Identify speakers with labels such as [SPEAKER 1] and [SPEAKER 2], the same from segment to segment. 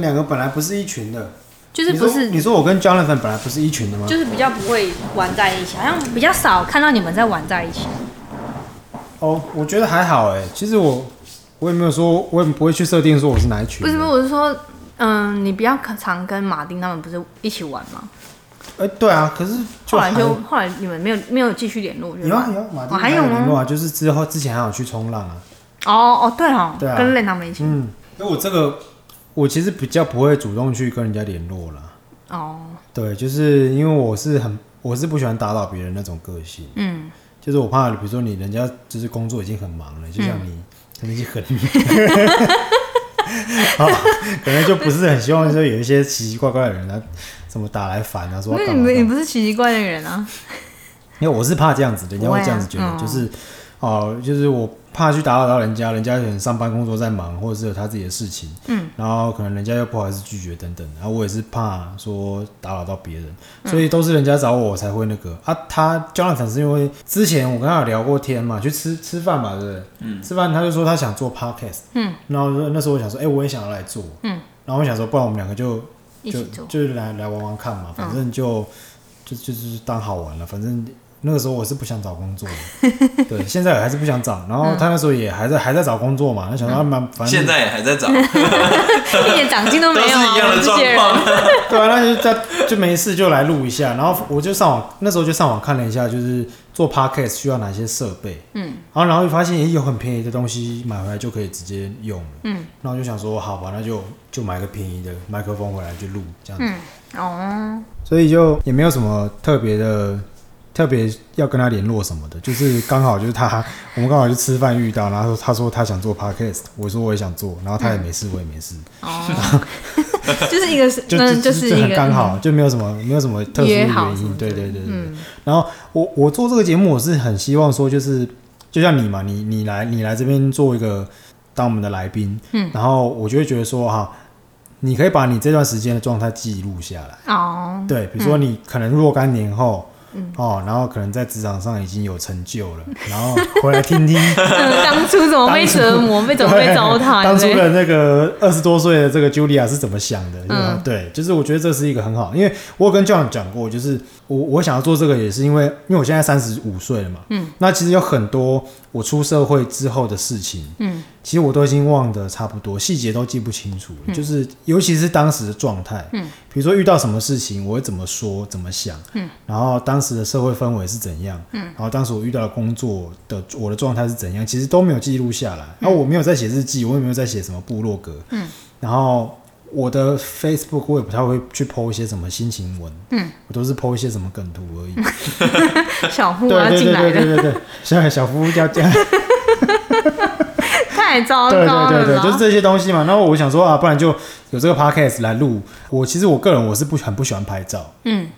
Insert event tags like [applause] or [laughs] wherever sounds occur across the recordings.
[SPEAKER 1] 两个本来不是一群的，
[SPEAKER 2] 就是
[SPEAKER 1] 你
[SPEAKER 2] 不
[SPEAKER 1] 说
[SPEAKER 2] 是
[SPEAKER 1] 你说我跟 Jonathan 本来不是一群的吗？
[SPEAKER 2] 就是比较不会玩在一起，好像比较少看到你们在玩在一起。
[SPEAKER 1] 哦，我觉得还好哎，其实我我也没有说，我也不会去设定说我是哪一群
[SPEAKER 2] 不
[SPEAKER 1] 的。
[SPEAKER 2] 是，不是，我是说，嗯，你比较常跟马丁他们不是一起玩吗？
[SPEAKER 1] 哎，对啊，可是
[SPEAKER 2] 后来
[SPEAKER 1] 还
[SPEAKER 2] 就后来你们没有没有继续联络，就是
[SPEAKER 1] 有啊
[SPEAKER 2] 吧
[SPEAKER 1] 有啊，马
[SPEAKER 2] 哦
[SPEAKER 1] 丁
[SPEAKER 2] 还有
[SPEAKER 1] 有
[SPEAKER 2] 吗
[SPEAKER 1] 联络啊，就是之后之前还有去冲浪啊。
[SPEAKER 2] 哦哦对哦，
[SPEAKER 1] 对啊
[SPEAKER 2] 跟 Len 他们一起、
[SPEAKER 1] 嗯，因为我这个我其实比较不会主动去跟人家联络啦。
[SPEAKER 2] 哦，
[SPEAKER 1] 对，就是因为我是很我是不喜欢打扰别人那种个性，
[SPEAKER 2] 嗯，
[SPEAKER 1] 就是我怕比如说你人家就是工作已经很忙了，就像
[SPEAKER 2] 嗯
[SPEAKER 1] 你可能已经很。好，可能就不是很希望说有一些奇奇怪怪的人来什么打来烦啊，说要
[SPEAKER 2] 那
[SPEAKER 1] 干
[SPEAKER 2] 你
[SPEAKER 1] 嘛
[SPEAKER 2] 们
[SPEAKER 1] 干
[SPEAKER 2] 你
[SPEAKER 1] 嘛
[SPEAKER 2] 不是奇奇怪的人啊？
[SPEAKER 1] 因为我是怕这样子，人家会这样子觉得，
[SPEAKER 2] 不会啊嗯
[SPEAKER 1] 就是哦、就是我怕去打扰到人家，人家可能上班工作在忙，或者是有他自己的事情，
[SPEAKER 2] 嗯，
[SPEAKER 1] 然后可能人家又不好意思拒绝等等，然后我也是怕说打扰到别人，
[SPEAKER 2] 嗯
[SPEAKER 1] 所以都是人家找我我才会那个啊。他 Jonathan 是因为之前我跟他有聊过天嘛，去吃吃饭嘛，对不对？嗯，吃饭他就说他想做 podcast，
[SPEAKER 2] 嗯，
[SPEAKER 1] 然后那时候我想说，哎、我也想要来做，
[SPEAKER 2] 嗯，
[SPEAKER 1] 然后我想说，不然我们两个就
[SPEAKER 2] 一
[SPEAKER 1] 就
[SPEAKER 2] 起做，嗯
[SPEAKER 1] 就是来来玩玩看嘛，反正就、就就就是当好玩了。反正那个时候我是不想找工作的， [laughs] 对，现在我还是不想找。然
[SPEAKER 2] 嗯
[SPEAKER 1] 后他那时候也还在还在找工作嘛，那想到啊蛮、反正
[SPEAKER 3] 现在也还 [laughs] 在找，
[SPEAKER 2] 一点长进都
[SPEAKER 3] 都
[SPEAKER 2] 没
[SPEAKER 3] 是
[SPEAKER 2] 有啊，
[SPEAKER 3] 一
[SPEAKER 2] 我
[SPEAKER 3] 样
[SPEAKER 2] 们
[SPEAKER 3] 的
[SPEAKER 2] 这
[SPEAKER 3] 状
[SPEAKER 2] 些人。
[SPEAKER 3] 况。
[SPEAKER 1] [laughs] 对啊，那就在就没事就来录一下，然后我就上网，那时候就上网看了一下，就是做 podcast 需要哪些设备，
[SPEAKER 2] 嗯，
[SPEAKER 1] 然后然后就发现也有很便宜的东西买回来就可以直接用了，
[SPEAKER 2] 嗯，
[SPEAKER 1] 然后我就想说好吧，那就就买个便宜的麦克风回来就录这样子，
[SPEAKER 2] 嗯，哦，
[SPEAKER 1] 所以就也没有什么特别的。特别要跟他联络什么的，就是刚好就是他，我们刚好就吃饭遇到，然后他说他想做 podcast，我说我也想做，然后他也没事，我也没事，
[SPEAKER 2] 哦，就是一个是，
[SPEAKER 1] [laughs] 就
[SPEAKER 2] 嗯，
[SPEAKER 1] 就
[SPEAKER 2] 就是
[SPEAKER 1] 就
[SPEAKER 2] 一
[SPEAKER 1] 很
[SPEAKER 2] 个
[SPEAKER 1] 刚好，就没有什么没有什么特殊的
[SPEAKER 2] 约
[SPEAKER 1] 原
[SPEAKER 2] 好什
[SPEAKER 1] 因
[SPEAKER 2] 么，
[SPEAKER 1] 对对对对。
[SPEAKER 2] 嗯
[SPEAKER 1] 然后我我做这个节目，我是很希望说，就是就像你嘛，你你来你来这边做一个当我们的来宾，
[SPEAKER 2] 嗯，
[SPEAKER 1] 然后我就会觉得说哈、你可以把你这段时间的状态记录下来，
[SPEAKER 2] 哦，
[SPEAKER 1] 对，比如说你可能若干年后。
[SPEAKER 2] 嗯
[SPEAKER 1] 哦，然后可能在职场上已经有成就了，然后回来听听
[SPEAKER 2] 嗯当初怎么被折磨，被怎么被糟蹋，
[SPEAKER 1] [laughs] 当初
[SPEAKER 2] 对不对
[SPEAKER 1] 的那个二十多岁的这个 Julia 是怎么想的？
[SPEAKER 2] 嗯
[SPEAKER 1] 嗯，对，就是我觉得这是一个很好，因为我有跟 John 讲过，就是我我想要做这个也是因为，因为我现在三十五岁了嘛，
[SPEAKER 2] 嗯，
[SPEAKER 1] 那其实有很多我出社会之后的事情，
[SPEAKER 2] 嗯，
[SPEAKER 1] 其实我都已经忘得差不多，细节都记不清楚了，就是尤其是当时的状态，
[SPEAKER 2] 嗯，
[SPEAKER 1] 比如说遇到什么事情，我会怎么说，怎么想，
[SPEAKER 2] 嗯，
[SPEAKER 1] 然后当时的社会氛围是怎样，嗯，然后当时我遇到的工作的我的状态是怎样，其实都没有记录下来，然后我没有在写日记，我也没有在写什么部落格，
[SPEAKER 2] 嗯，
[SPEAKER 1] 然后。我的 Facebook 我也不太会去 PO 一些什么心情文，
[SPEAKER 2] 嗯，
[SPEAKER 1] 我都是 PO 一些什么梗图
[SPEAKER 2] [laughs]
[SPEAKER 1] 而已。
[SPEAKER 2] 小
[SPEAKER 1] 对
[SPEAKER 2] 户要
[SPEAKER 1] 对
[SPEAKER 2] 进
[SPEAKER 1] 对
[SPEAKER 2] 来
[SPEAKER 1] 对
[SPEAKER 2] 了，
[SPEAKER 1] 对对对，小小夫
[SPEAKER 2] [laughs]
[SPEAKER 1] 要加
[SPEAKER 2] 太糟糕
[SPEAKER 1] 对
[SPEAKER 2] 了
[SPEAKER 1] 对对对，
[SPEAKER 2] 啦，
[SPEAKER 1] 就是这些东西嘛。然后我想说啊，不然就有这个 podcast 来录。我其实我个人我是不很不喜欢拍照，
[SPEAKER 2] 嗯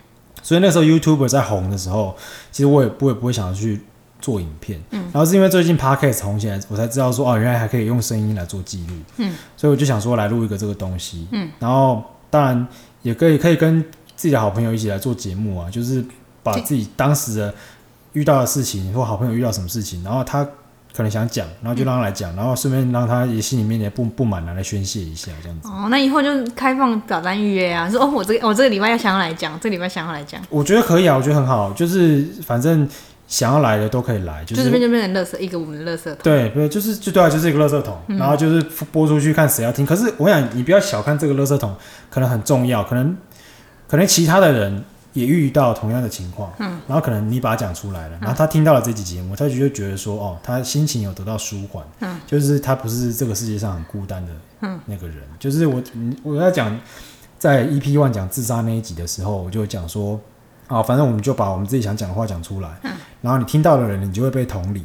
[SPEAKER 1] 所以那时候 YouTuber 在红的时候，其实我也不会不会想要去做影片。
[SPEAKER 2] 嗯
[SPEAKER 1] 然后是因为最近 podcast 红起来，我才知道说哦，原来还可以用声音来做记录。
[SPEAKER 2] 嗯，
[SPEAKER 1] 所以我就想说来录一个这个东西。
[SPEAKER 2] 嗯，
[SPEAKER 1] 然后当然也可以可以跟自己的好朋友一起来做节目啊，就是把自己当时的遇到的事情或好朋友遇到什么事情，然后他可能想讲，然后就让他来讲，然后顺便让他也心里面的不不满拿啊来宣泄一下，这样子。
[SPEAKER 2] 哦，那以后就开放表单预约啊！说哦，我这个我这个礼拜要想要来讲，这个礼拜想要来讲，
[SPEAKER 1] 我觉得可以啊，我觉得很好，就是反正想要来的都可以来，就
[SPEAKER 2] 就是这边就变成乐色一个我们的乐色嗯桶。
[SPEAKER 1] 对，对，就是就对啊，就是一个垃圾桶，然后就是播出去看谁要听。可是我想你不要小看这个垃圾桶，可能很重要，可能可能其他的人也遇到同样的情况，嗯，然后可能你把它讲出来了，
[SPEAKER 2] 嗯
[SPEAKER 1] 然后他听到了这期节目，他就觉得说，哦，他心情有得到舒缓，
[SPEAKER 2] 嗯，
[SPEAKER 1] 就是他不是这个世界上很孤单的
[SPEAKER 2] 嗯
[SPEAKER 1] 那个人。就是我嗯我在讲在 EP One 讲自杀那一集的时候，我就讲说。啊，反正我们就把我们自己想讲的话讲出来，
[SPEAKER 2] 嗯
[SPEAKER 1] 然后你听到的人，你就会被同理，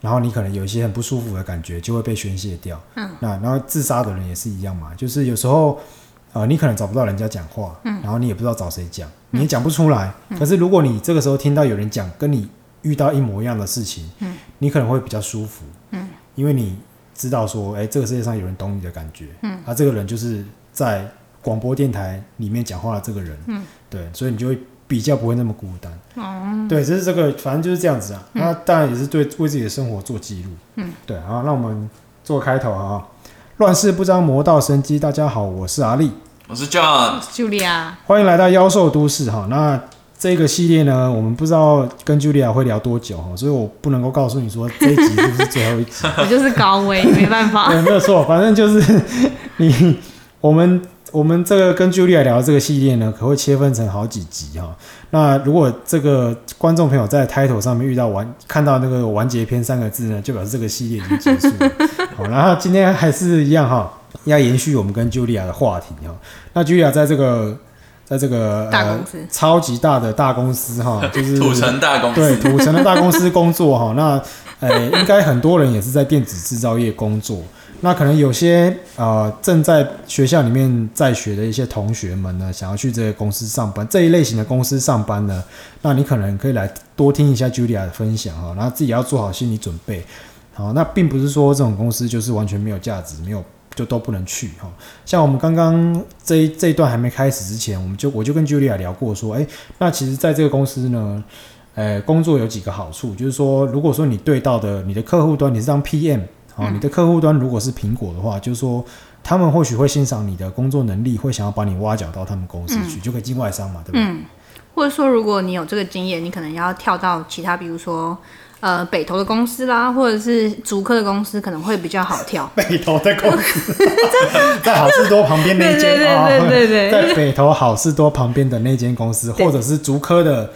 [SPEAKER 1] 然后你可能有一些很不舒服的感觉，就会被宣泄掉。
[SPEAKER 2] 嗯，
[SPEAKER 1] 那然后自杀的人也是一样嘛，就是有时候，呃，你可能找不到人家讲话，嗯，然后你也不知道找谁讲，
[SPEAKER 2] 嗯
[SPEAKER 1] 你也讲不出来。可是如果你这个时候听到有人讲跟你遇到一模一样的事情，
[SPEAKER 2] 嗯，
[SPEAKER 1] 你可能会比较舒服，
[SPEAKER 2] 嗯，
[SPEAKER 1] 因为你知道说，哎，这个世界上有人懂你的感觉，
[SPEAKER 2] 嗯，
[SPEAKER 1] 啊，这个人就是在广播电台里面讲话的这个人，
[SPEAKER 2] 嗯，
[SPEAKER 1] 对，所以你就会比较不会那么孤单。
[SPEAKER 2] 哦，
[SPEAKER 1] 对，就是这个，反正就是这样子啊。那当然也是对为自己的生活做记录。
[SPEAKER 2] 嗯，
[SPEAKER 1] 对好，那我们做开头啊。乱世不张，魔道生机。大家好，我是阿力。
[SPEAKER 3] 我是 John，
[SPEAKER 2] Julia，
[SPEAKER 1] 欢迎来到妖兽都市哈。那这个系列呢，我们不知道跟 Julia 会聊多久哈，所以我不能够告诉你说这一集是不是最后一集。
[SPEAKER 2] 我就是高危，没办法。
[SPEAKER 1] [laughs]
[SPEAKER 2] [laughs]
[SPEAKER 1] 对，没有错，反正就是 [laughs] 你我们我们这个跟 Julia 聊的这个系列呢，可会切分成好几集哈、那如果这个观众朋友在 title 上面遇到完看到那个完结篇三个字呢，就表示这个系列已经结束了。好，然后今天还是一样哈、要延续我们跟 Julia 的话题哈、那 Julia 在这个在这个
[SPEAKER 2] 大
[SPEAKER 1] 呃
[SPEAKER 2] 公司
[SPEAKER 1] 超级大的大公司哈、
[SPEAKER 3] [laughs]
[SPEAKER 1] 就是
[SPEAKER 3] 土城大公
[SPEAKER 1] 对，
[SPEAKER 3] 司，
[SPEAKER 1] 土城的大公司工作哈，那呃，应该很多人也是在电子制造业工作。那可能有些呃正在学校里面在学的一些同学们呢，想要去这些公司上班，这一类型的公司上班呢，那你可能可以来多听一下 Julia 的分享哈，然后自己要做好心理准备。好，那并不是说这种公司就是完全没有价值，没有就都不能去哈。像我们刚刚这一这一段还没开始之前，我们就我就跟 Julia 聊过说，哎、那其实在这个公司呢，呃，工作有几个好处，就是说，如果说你对到的你的客户端你是当 PM，哦，
[SPEAKER 2] 嗯
[SPEAKER 1] 你的客户端如果是苹果的话，就是说他们或许会欣赏你的工作能力，会想要把你挖角到他们公司去，就可以进外商嘛，对不对？。
[SPEAKER 2] 嗯，或者说，如果你有这个经验，你可能要跳到其他，比如说呃北投的公司啦，或者是竹科的公司，可能会比较好跳
[SPEAKER 1] [laughs] 北投的公司，
[SPEAKER 2] [laughs]
[SPEAKER 1] 在好事多旁边那
[SPEAKER 2] 对
[SPEAKER 1] 间
[SPEAKER 2] 对
[SPEAKER 1] 啊，
[SPEAKER 2] 对对
[SPEAKER 1] [laughs]
[SPEAKER 2] 对
[SPEAKER 1] 在北投好事多旁边的那间公司，
[SPEAKER 2] 对嗯
[SPEAKER 1] 或者是竹科的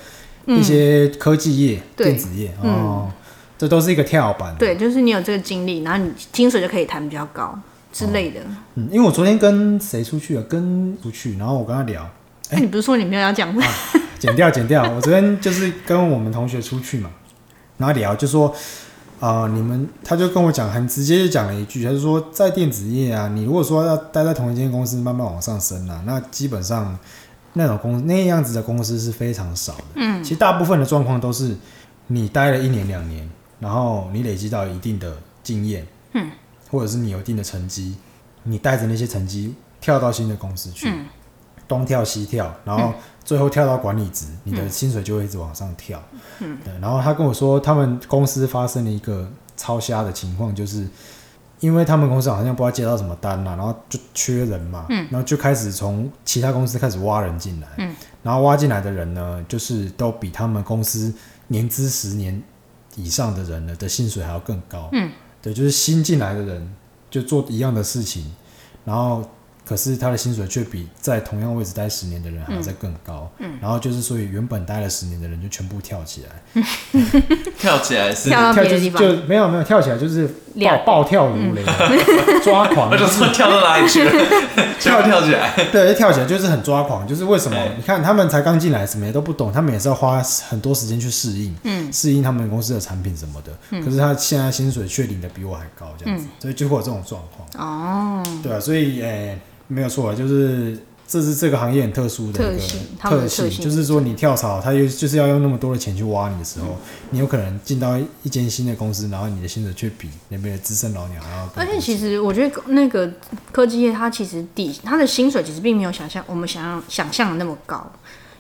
[SPEAKER 1] 一些科技业、
[SPEAKER 2] 对嗯
[SPEAKER 1] 电子业哦，这都是一个跳板。
[SPEAKER 2] 对，就是你有这个经历，然后你薪水就可以谈比较高之类的。
[SPEAKER 1] 嗯，因为我昨天跟谁出去了？啊跟出去，然后我跟他聊，
[SPEAKER 2] 那、你不是说你没有要讲吗？
[SPEAKER 1] 哎剪掉，剪掉。我昨天就是跟我们同学出去嘛，然后聊就说，啊、你们他就跟我讲，很直接就讲了一句，他就说，在电子业啊，你如果说要待在同一间公司慢慢往上升啊，那基本上那种公那样子的公司是非常少的。嗯，其实大部分的状况都是你待了一年两年，然后你累积到一定的经验，
[SPEAKER 2] 嗯，
[SPEAKER 1] 或者是你有一定的成绩，你带着那些成绩跳到新的公司去，
[SPEAKER 2] 嗯
[SPEAKER 1] 东跳西跳，然后最后跳到管理职，你的薪水就会一直往上跳。嗯，对。然后他跟我说，他们公司发生了一个超瞎的情况，就是因为他们公司好像不知道接到什么单啊啦、然后就缺人嘛，嗯，然后就开始从其他公司开始挖人进来，
[SPEAKER 2] 嗯，
[SPEAKER 1] 然后挖进来的人呢，就是都比他们公司年资十年以上的人呢的薪水还要更高，
[SPEAKER 2] 嗯，
[SPEAKER 1] 对，就是新进来的人就做一样的事情，然后可是他的薪水却比在同样位置待十年的人还要再更高，嗯，然后就是所以原本待了十年的人就全部跳起来，
[SPEAKER 3] 跳起来是，
[SPEAKER 2] [laughs] 跳到
[SPEAKER 1] 跳
[SPEAKER 2] 别
[SPEAKER 1] 就
[SPEAKER 2] 的
[SPEAKER 1] 是
[SPEAKER 2] 地方
[SPEAKER 1] 就没有没有跳起来就是
[SPEAKER 2] 两嗯
[SPEAKER 1] 暴暴跳如雷，啊抓狂啊
[SPEAKER 3] 我，就说跳到哪
[SPEAKER 1] [laughs]
[SPEAKER 3] 里去了，跳跳起 [laughs] 来，
[SPEAKER 1] 对，跳起来就是很抓狂，就是为什么
[SPEAKER 3] 对？
[SPEAKER 1] 你看他们才刚进来，什么也都不懂，他们也是要花很多时间去适应，
[SPEAKER 2] 嗯
[SPEAKER 1] 适应他们公司的产品什么的。可是他现在薪水却领的比我还高，这样子，所以就会有这种状况，
[SPEAKER 2] 嗯哦，
[SPEAKER 1] 对啊，所以诶、没有错啊，就是这是这个行业很特殊的一
[SPEAKER 2] 特
[SPEAKER 1] 个
[SPEAKER 2] 性他们的
[SPEAKER 1] 性，
[SPEAKER 2] 特性
[SPEAKER 1] 就是说你跳槽，他又就是要用那么多的钱去挖你的时候，你有可能进到一间新的公司，然后你的薪水却比那边的资深老鸟还要更高。
[SPEAKER 2] 而且其实我觉得那个科技业，它其实底它的薪水其实并没有想象我们想象想象的那么高，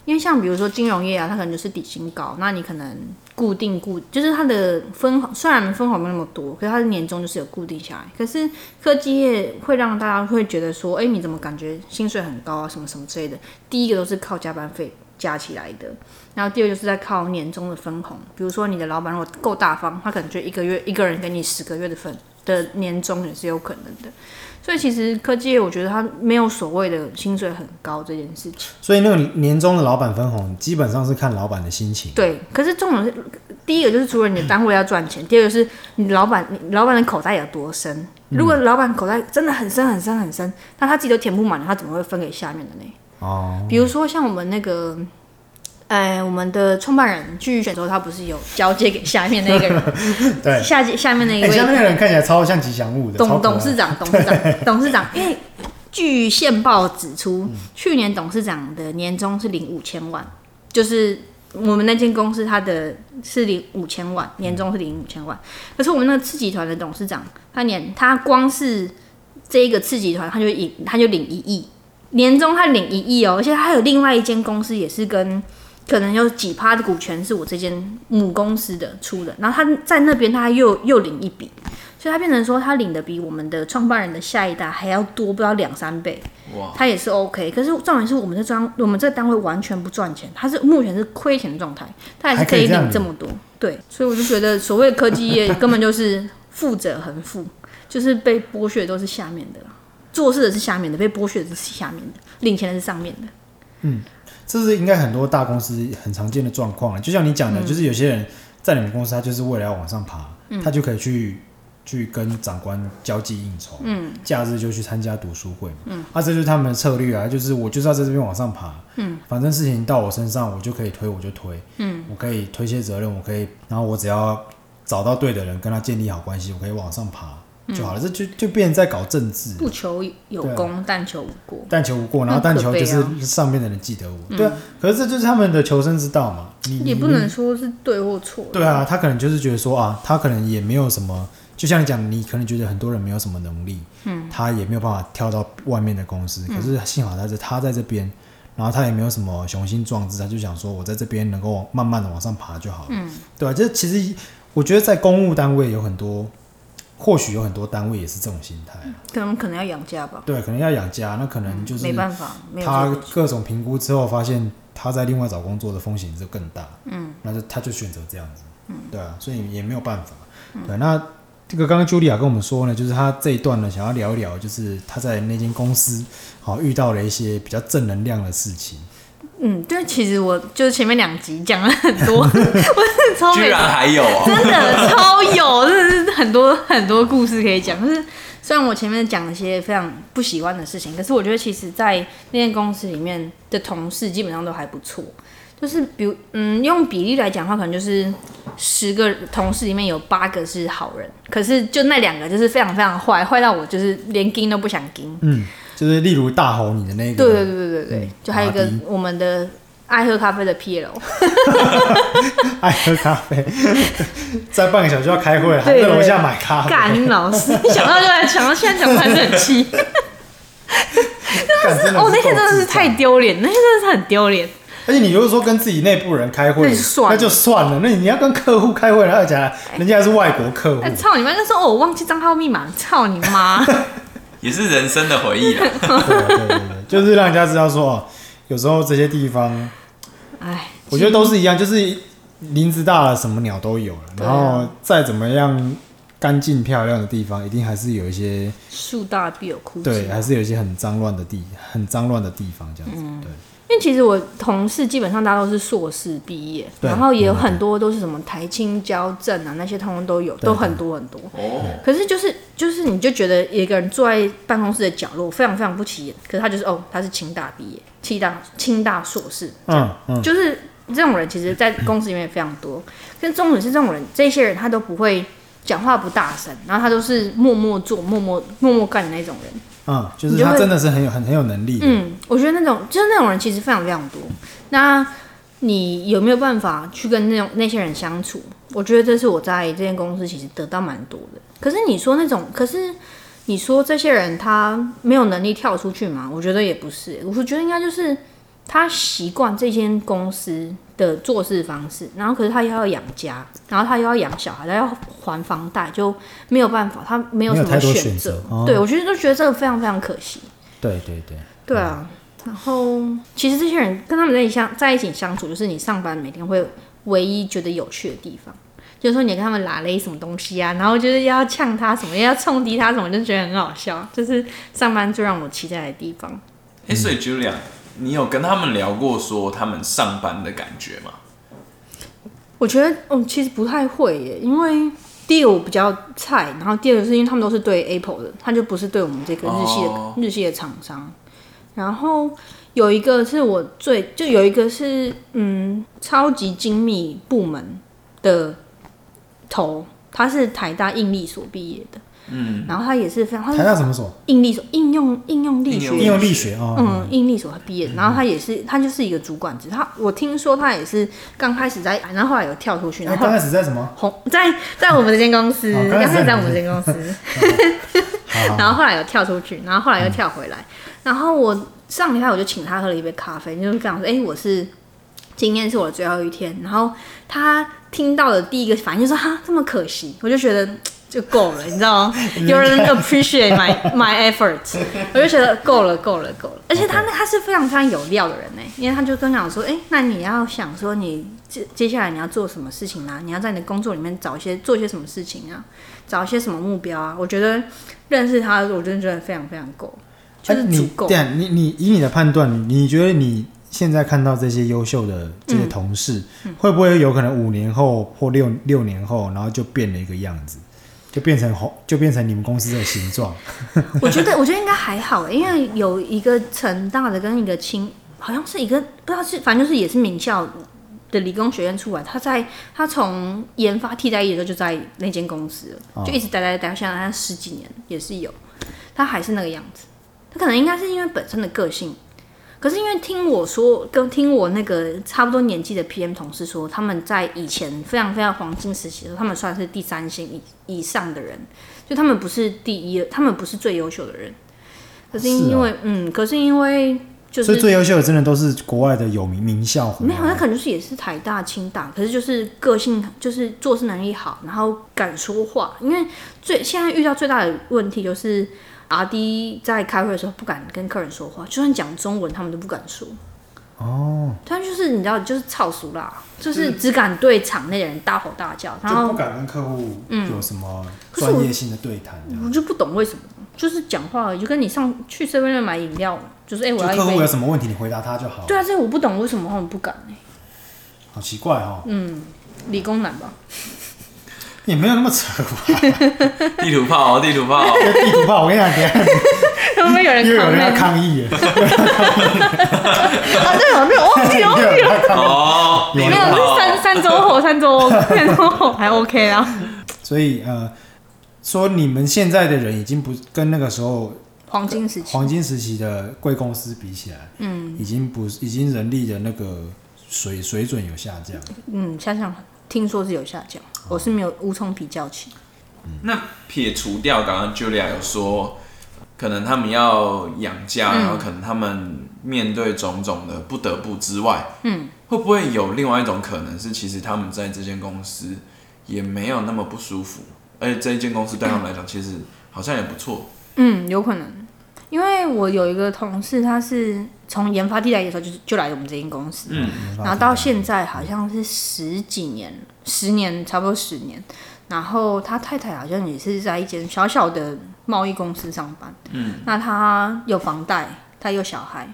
[SPEAKER 2] 因为像比如说金融业啊，它可能就是底薪高，那你可能固定固就是它的分红虽然分红没那么多，可是它的年终就是有固定下来。可是科技业会让大家会觉得说，哎、你怎么感觉薪水很高啊，什么什么之类的。第一个都是靠加班费加起来的。然后第二个就是在靠年终的分红，比如说你的老板如果够大方，他可能就一个月一个人给你十个月的分的年终也是有可能的。所以其实科技业，我觉得它没有所谓的薪水很高这件事情。
[SPEAKER 1] 所以那个年终的老板分红，基本上是看老板的心情。
[SPEAKER 2] 对，可是重点是，第一个就是除了你的单位要赚钱，第二个是你老板，你老板的口袋有多深。
[SPEAKER 1] 嗯
[SPEAKER 2] 如果老板口袋真的很深很深很深，那他自己都填不满了，他怎么会分给下面的呢？
[SPEAKER 1] 哦，
[SPEAKER 2] 比如说像我们那个，哎，我们的创办人去选的时候，他不是有交接给下面那个人，
[SPEAKER 1] [laughs] 对，
[SPEAKER 2] 下级下面那一
[SPEAKER 1] 哎、
[SPEAKER 2] 位
[SPEAKER 1] 下面的人看起来超像吉祥物的，啊超
[SPEAKER 2] 董
[SPEAKER 1] 可爱
[SPEAKER 2] 董事长，董事长，董事长，因为据线报指出，去年董事长的年终是领五千万，就是我们那间公司他的是领五千万，年终是领五千万。可是我们那个次集团的董事长，他年他光是这一个次集团，他就领他就领一亿，年终他领一亿哦，而且他还有另外一间公司也是跟。可能有几趴的股权是我这间母公司的出的，然后他在那边他又又领一笔，所以他变成说他领的比我们的创办人的下一代还要多，不知道两三倍，
[SPEAKER 3] 哇，
[SPEAKER 2] 他也是 OK。可是重点是我们这专我们这单位完全不赚钱，他是目前是亏钱的状态，他还是可以领这么多，对，所以我就觉得所谓科技业根本就是富者恒富，就是被剥削的都是下面的啦，做事的是下面的，被剥削的是下面的，领钱的是上面的。
[SPEAKER 1] 这是应该很多大公司很常见的状况啊。就像你讲的，就是有些人在你们公司，他就是为了要往上爬，他就可以去去跟长官交际应酬，嗯，假日就去参加读书会嘛，嗯，啊，这就是他们的策略啊，就是我就是要在这边往上爬，嗯，反正事情到我身上，我就可以推，我就推，嗯，我可以推卸责任，我可以，然后我只要找到对的人，跟他建立好关系，我可以往上爬。就好了，这就就变成在搞政治，
[SPEAKER 2] 不求有功，但求无过。
[SPEAKER 1] 但求无过，然后
[SPEAKER 2] 那
[SPEAKER 1] 但
[SPEAKER 2] 可
[SPEAKER 1] 求就
[SPEAKER 2] 悲啊嗯
[SPEAKER 1] 是上面的人记得我，对啊，可是这就是他们的求生之道嘛，你
[SPEAKER 2] 也不能说是对或错。
[SPEAKER 1] 对，啊，他可能就是觉得说啊，他可能也没有什么，就像你讲，你可能觉得很多人没有什么能力，嗯，他也没有办法跳到外面的公司，
[SPEAKER 2] 嗯
[SPEAKER 1] 可是幸好他在他在这边，然后他也没有什么雄心壮志，他就想说我在这边能够慢慢的往上爬就好了，嗯，对啊，这其实我觉得在公务单位有很多，或许有很多单位也是这种心态啊，
[SPEAKER 2] 可能可能要养家吧，
[SPEAKER 1] 对，可能要养家，那可能就是
[SPEAKER 2] 嗯没办法，没有
[SPEAKER 1] 他
[SPEAKER 2] 这个
[SPEAKER 1] 各种评估之后，发现他在另外找工作的风险就更大，嗯，那就他就选择这样子，嗯，对啊，所以也没有办法，对，那这个刚刚茱莉亚跟我们说呢，就是他这一段呢，想要聊一聊，就是他在那间公司好、遇到了一些比较正能量的事情，
[SPEAKER 2] 嗯，对，其实我就是前面两集讲了很多， [laughs] 我是超
[SPEAKER 3] 居
[SPEAKER 2] 没
[SPEAKER 3] 然还有 [laughs] 哦，
[SPEAKER 2] 真的超有，真的是很多很多故事可以讲。就是虽然我前面讲了一些非常不喜欢的事情，可是我觉得其实，在那间公司里面的同事基本上都还不错。就是比如，嗯，用比例来讲的话，可能就是十个同事里面有八个是好人，可是就那两个就是非常非常坏，坏到我就是连盯都不想盯。
[SPEAKER 1] 嗯，就是例如大吼你的那个，
[SPEAKER 2] 对对对对对对
[SPEAKER 1] 嗯，
[SPEAKER 2] 就还有一个
[SPEAKER 1] 马丁
[SPEAKER 2] 我们的爱喝咖啡的 PL，
[SPEAKER 1] 爱喝咖啡， [laughs] 在半个小时就要开会了，还
[SPEAKER 2] 对
[SPEAKER 1] 在
[SPEAKER 2] 对
[SPEAKER 1] 楼下买咖啡，
[SPEAKER 2] 尬音老师，想到就来，想到现在想到还是很气。
[SPEAKER 1] 干 [laughs] 真的
[SPEAKER 2] 哦，那天真的
[SPEAKER 1] 够智
[SPEAKER 2] 是
[SPEAKER 1] 障
[SPEAKER 2] 太丢脸，那天真的是很丢脸。
[SPEAKER 1] 而且你如果说跟自己内部人开会，
[SPEAKER 2] 那就算了
[SPEAKER 1] 那就算了。那你要跟客户开会，然后讲人家还是外国客户
[SPEAKER 2] [laughs] 哎、，操你妈！那时候哦我忘记账号密码，操你
[SPEAKER 1] [laughs]
[SPEAKER 2] 妈！
[SPEAKER 3] 也是人生的回忆啊。
[SPEAKER 1] 对对对对，就是让人家知道说，哦，有时候这些地
[SPEAKER 2] [laughs]
[SPEAKER 1] 方，
[SPEAKER 2] 哎，
[SPEAKER 1] 我觉得都是一样，就是林子大了，什么鸟都有了。
[SPEAKER 2] 对啊
[SPEAKER 1] 然后再怎么样干净漂亮的地方，一定还是有一些
[SPEAKER 2] 树大必有枯枝。
[SPEAKER 1] 对，还是有一些很脏乱的地，很脏乱的地方这样子。
[SPEAKER 2] 嗯
[SPEAKER 1] 对，
[SPEAKER 2] 因为其实我同事基本上大家都是硕士毕业，
[SPEAKER 1] 对
[SPEAKER 2] 然后也有很多都是什么台青交政啊那些，通通都有，
[SPEAKER 1] 对
[SPEAKER 2] 都很多很多。
[SPEAKER 3] 哦，
[SPEAKER 2] 可是就是就是，你就觉得一个人坐在办公室的角落，非常非常不起眼。可是他就是哦，他是清大毕业，清大清大硕士，
[SPEAKER 1] 嗯嗯，
[SPEAKER 2] 就是这种人，其实，在公司里面也非常多。但重点是，这种人，这些人他都不会讲话不大声，然后他都是默默做、默默默默干的那种人。
[SPEAKER 1] 嗯，就是
[SPEAKER 2] 你就
[SPEAKER 1] 他
[SPEAKER 2] 会
[SPEAKER 1] 真的是很有很很有能力的。
[SPEAKER 2] 嗯，我觉得那种就是那种人其实非常非常多。那你有没有办法去跟那种那些人相处？我觉得这是我在这间公司其实得到蛮多的。可是你说那种，可是你说这些人他没有能力跳出去嘛？我觉得也不是，我觉得应该就是他习惯这间公司的做事方式，然后可是他又要养家，然后他又要养小孩，他要还房贷，就没有办法，他没有
[SPEAKER 1] 没
[SPEAKER 2] 什
[SPEAKER 1] 有太
[SPEAKER 2] 么
[SPEAKER 1] 多选
[SPEAKER 2] 择
[SPEAKER 1] 择。哦
[SPEAKER 2] 对，我觉得就觉得这个非常非常可惜。
[SPEAKER 1] 对对对，
[SPEAKER 2] 对啊，然后其实这些人跟他们在一起相在一起相处，就是你上班每天会唯一觉得有趣的地方。就是说你跟他们拉了一什么东西啊，然后就是要呛他什么，要冲击他什么，就觉得很好笑。就是上班最让我期待的地方。
[SPEAKER 3] 哎，所以 Julia，你有跟他们聊过说他们上班的感觉吗？
[SPEAKER 2] 我觉得，嗯，其实不太会耶，因为第一个我比较菜，然后第二个是因为他们都是对 Apple 的，他就不是对我们这个日系的、
[SPEAKER 3] 哦
[SPEAKER 2] 日系的厂商。然后有一个是我最，就有一个是嗯，超级精密部门的头，他是台大应力所毕业的，嗯，然后他也是非常，他
[SPEAKER 1] 台大
[SPEAKER 2] 是
[SPEAKER 1] 什么所？
[SPEAKER 2] 应力所应用应用力学
[SPEAKER 1] 应用力学啊。
[SPEAKER 2] 嗯，应力所毕业，然后他也是，他就是一个主管职。他我听说他也是刚开始在，然后后来有跳出去，
[SPEAKER 1] 哎，
[SPEAKER 2] 然后
[SPEAKER 1] 刚开始在什么？
[SPEAKER 2] 红 [laughs] 在在我们这间公司，
[SPEAKER 1] 哦刚
[SPEAKER 2] 刚开
[SPEAKER 1] 开始在
[SPEAKER 2] 始在我
[SPEAKER 1] 你
[SPEAKER 2] 们
[SPEAKER 1] 们
[SPEAKER 2] 这间公司，
[SPEAKER 1] [laughs] 好好好嗯
[SPEAKER 2] 然后后来有跳出去，然后后来又跳回来。然后我上礼拜我就请他喝了一杯咖啡，就是跟他说：“哎、我是今天是我的最后一天，然后他听到的第一个反应就是哈这么可惜，我就觉得嘖就够了，你知道吗？
[SPEAKER 1] 嗯
[SPEAKER 2] 有人 appreciate my
[SPEAKER 1] [laughs]
[SPEAKER 2] my efforts，我就觉得够了够了够了。而且他那他是非常非常有料的人呢，因为他就跟我讲说，哎、那你要想说你接接下来你要做什么事情啊？你要在你的工作里面找一些做一些什么事情啊？找一些什么目标啊？我觉得认识他，我真的觉得非常非常够，就
[SPEAKER 1] 哎
[SPEAKER 2] 是足
[SPEAKER 1] 你
[SPEAKER 2] 够。
[SPEAKER 1] 对啊，你你以你的判断，你觉得你现在看到这些优秀的这
[SPEAKER 2] 嗯
[SPEAKER 1] 些同事，会不会有可能五年后或六六年后，然后就变了一个样子，就变成红，就变成你们公司的形状？
[SPEAKER 2] 我觉得，我觉得应该还好、因为有一个成大的跟一个清，好像是一个不知道是，反正就是也是名校的理工学院出来，他在他从研发替代役的时候就在那间公司
[SPEAKER 1] 哦
[SPEAKER 2] 了，就一直待待待，现在他十几年也是有，他还是那个样子。他可能应该是因为本身的个性，可是因为听我说，跟听我那个差不多年纪的 PM 同事说，他们在以前非常非常黄金时期的时候，他们算是第三星以以上的人，就他们不是第一，他们不是最优秀的人。可是因为，嗯，可是因为就
[SPEAKER 1] 哦所以
[SPEAKER 2] 是
[SPEAKER 1] 最优秀的真的都是国外的有名名校回
[SPEAKER 2] 没
[SPEAKER 1] 来
[SPEAKER 2] 有，那啊可能就是也是台大、清大，可是就是个性，就是做事能力好，然后敢说话。因为最现在遇到最大的问题就是阿 D 在开会的时候不敢跟客人说话，就算讲中文他们都不敢说。哦，他就是你知道，就是操俗啦，就是只敢对场内的人大吼大叫，然
[SPEAKER 1] 就
[SPEAKER 2] 后嗯
[SPEAKER 1] 不敢跟客户有什么
[SPEAKER 2] 可是我
[SPEAKER 1] 专业性的对谈的。
[SPEAKER 2] 我就不懂为什么，就是讲话而已就跟你上去 s e v 买饮料，就是哎、我
[SPEAKER 1] 就
[SPEAKER 2] 要
[SPEAKER 1] 客
[SPEAKER 2] 一
[SPEAKER 1] 户有
[SPEAKER 2] 杯。
[SPEAKER 1] 什么问题，你回答他就好。
[SPEAKER 2] 对啊，这我不懂为什么他们不敢呢、
[SPEAKER 1] 好奇怪哦，
[SPEAKER 2] 嗯理工男吧，
[SPEAKER 1] 也没有那么扯吧？
[SPEAKER 3] 地图炮哦，地图炮哦，
[SPEAKER 1] 地图炮，我跟你讲，等一下
[SPEAKER 2] 会不会有人
[SPEAKER 1] 又有人要抗
[SPEAKER 2] 抗议？
[SPEAKER 1] 议耶，
[SPEAKER 2] 啊，对哦，对，我忘记
[SPEAKER 1] 又。
[SPEAKER 2] 了
[SPEAKER 1] 有人要抗议。 [laughs]
[SPEAKER 3] 哦，地
[SPEAKER 2] 没
[SPEAKER 3] 图
[SPEAKER 2] 有，
[SPEAKER 3] 炮
[SPEAKER 2] 是三三
[SPEAKER 3] 哦，
[SPEAKER 2] 周后，三周后，三周后还 OK 啊啦。
[SPEAKER 1] 所以呃，说你们现在的人已经不跟那个时候
[SPEAKER 2] [laughs] 黄金时期，
[SPEAKER 1] 黄金时期的贵公司比起来，嗯，已经不已经人力的那个水水准有下降。
[SPEAKER 2] 嗯，想想听说是有下降，我是没有无从比较起。
[SPEAKER 3] 那撇除掉刚刚 Julia 有说，可能他们要养家，
[SPEAKER 2] 嗯
[SPEAKER 3] 然后可能他们面对种种的不得不之外，嗯，会不会有另外一种可能是，其实他们在这间公司也没有那么不舒服，而且这一间公司对他们来讲，其实好像也不错，
[SPEAKER 2] 嗯，有可能，因为我有一个同事，他是从研发地来的时候就就来我们这间公司，
[SPEAKER 3] 嗯，
[SPEAKER 2] 然后到现在好像是十几年，十年差不多十年。然后他太太好像也是在一间小小的贸易公司上班，嗯，那他有房贷，他有小孩，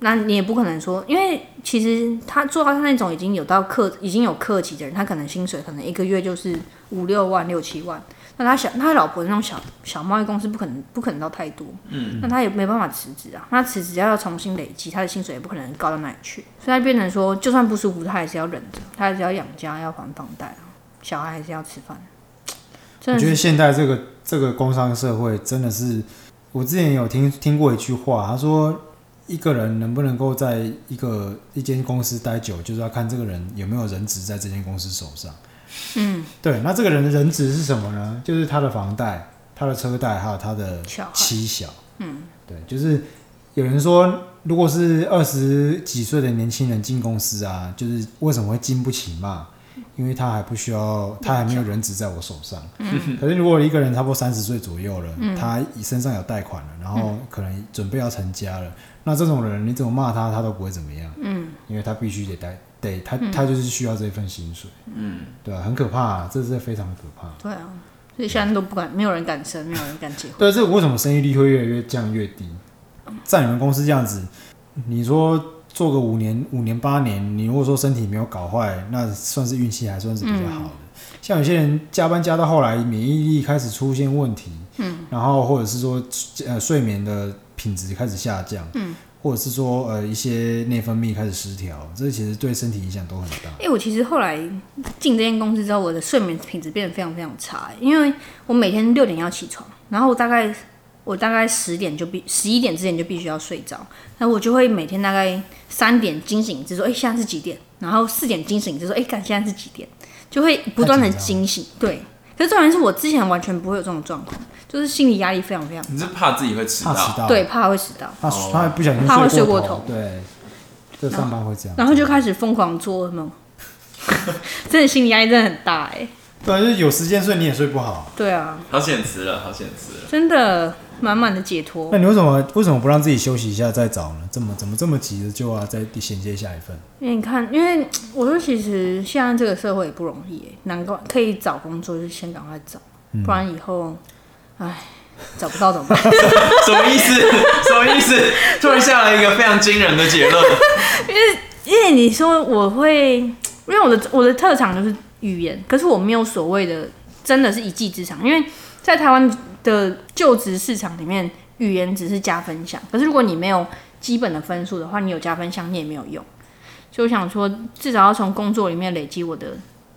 [SPEAKER 2] 那你也不可能说，因为其实他做到他那种已经有到客已经有客级的人，他可能薪水可能一个月就是五六万六七万，那他小他老婆那种小小贸易公司不可能不可能到太多，嗯，那他也没办法辞职啊，那辞职要重新累积，他的薪水也不可能高到哪里去，所以他变成说，就算不舒服，他还是要忍着，他还是要养家，要还房贷啊，小孩还是要吃饭，真
[SPEAKER 1] 我
[SPEAKER 2] 的
[SPEAKER 1] 觉
[SPEAKER 2] 是
[SPEAKER 1] 得现在这个这个工商社会真的是，我之前有听听过一句话，他说一个人能不能够在一个一间公司待久，就是要看这个人有没有人职在这间公司手上。嗯，对。那这个人的人职是什么呢？就是他的房贷、他的车贷，还有他的
[SPEAKER 2] 小孩
[SPEAKER 1] 妻小。嗯，对，就是有人说。如果是二十几岁的年轻人进公司啊，就是为什么会经不起骂？因为他还不需要，他还没有人职在我手上。可是如果一个人差不多三十岁左右了，他身上有贷款了，然后可能准备要成家了，那这种人你怎么骂他，他都不会怎么样。嗯，因为他必须得贷，得他他就是需要这份薪水。嗯，对啊，很可怕、啊，这是非常可怕。
[SPEAKER 2] 对啊，所以现在都不敢，没有人敢生，没有人敢结婚。
[SPEAKER 1] 对，这为什么生育率会越来越降越低？在你们公司这样子，你说做个五年、五年八年，你如果说身体没有搞坏，那算是运气还算是比较好的。像有些人加班加到后来，免疫力开始出现问题，嗯，然后或者是说呃睡眠的品质开始下降，嗯，或者是说呃一些内分泌开始失调，这其实对身体影响都很大。
[SPEAKER 2] 哎、我其实后来进这间公司之后，我的睡眠品质变得非常非常差、因为我每天六点要起床，然后我大概我大概十点就必十一点之前就必须要睡着，然后我就会每天大概三点惊醒，就说哎、现在是几点，然后四点惊醒就说哎看、现在是几点，就会不断的
[SPEAKER 1] 太紧张了
[SPEAKER 2] 惊醒。对，可是重点是我之前完全不会有这种状况，就是心理压力非常非常，
[SPEAKER 3] 你是怕自己会迟
[SPEAKER 1] 怕迟
[SPEAKER 3] 到，
[SPEAKER 1] 到，
[SPEAKER 2] 对，怕会迟到。
[SPEAKER 1] 怕
[SPEAKER 3] 哦
[SPEAKER 1] 他不小心
[SPEAKER 2] 怕会
[SPEAKER 1] 睡
[SPEAKER 2] 睡过
[SPEAKER 1] 头
[SPEAKER 2] 头，
[SPEAKER 1] 对，就上班会这样。
[SPEAKER 2] 然后就开始疯狂做梦， [laughs] 真的心理压力真的很大哎、
[SPEAKER 1] 对啊，就是有时间睡你也睡不好。
[SPEAKER 2] 对啊，
[SPEAKER 3] 好现实了，好现实了。
[SPEAKER 2] 真的满满的解脱
[SPEAKER 1] 那，你为什么为什么不让自己休息一下再找呢？怎么怎么这么急着就要再衔接下一份？
[SPEAKER 2] 因为你看，因为我说其实现在这个社会也不容易哎、难怪可以找工作就先赶快找，不然以后，唉，找不到怎么办？
[SPEAKER 3] 什么
[SPEAKER 2] [laughs]
[SPEAKER 3] 意思？什么意思？突然下来一个非常惊人的结论。
[SPEAKER 2] [laughs] 因为你说我会，因为我的我的特长就是语言，可是我没有所谓的真的是一技之长，因为在台湾的就职市场里面，语言只是加分项，可是如果你没有基本的分数的话，你有加分项你也没有用。所以我想说，至少要从工作里面累积我的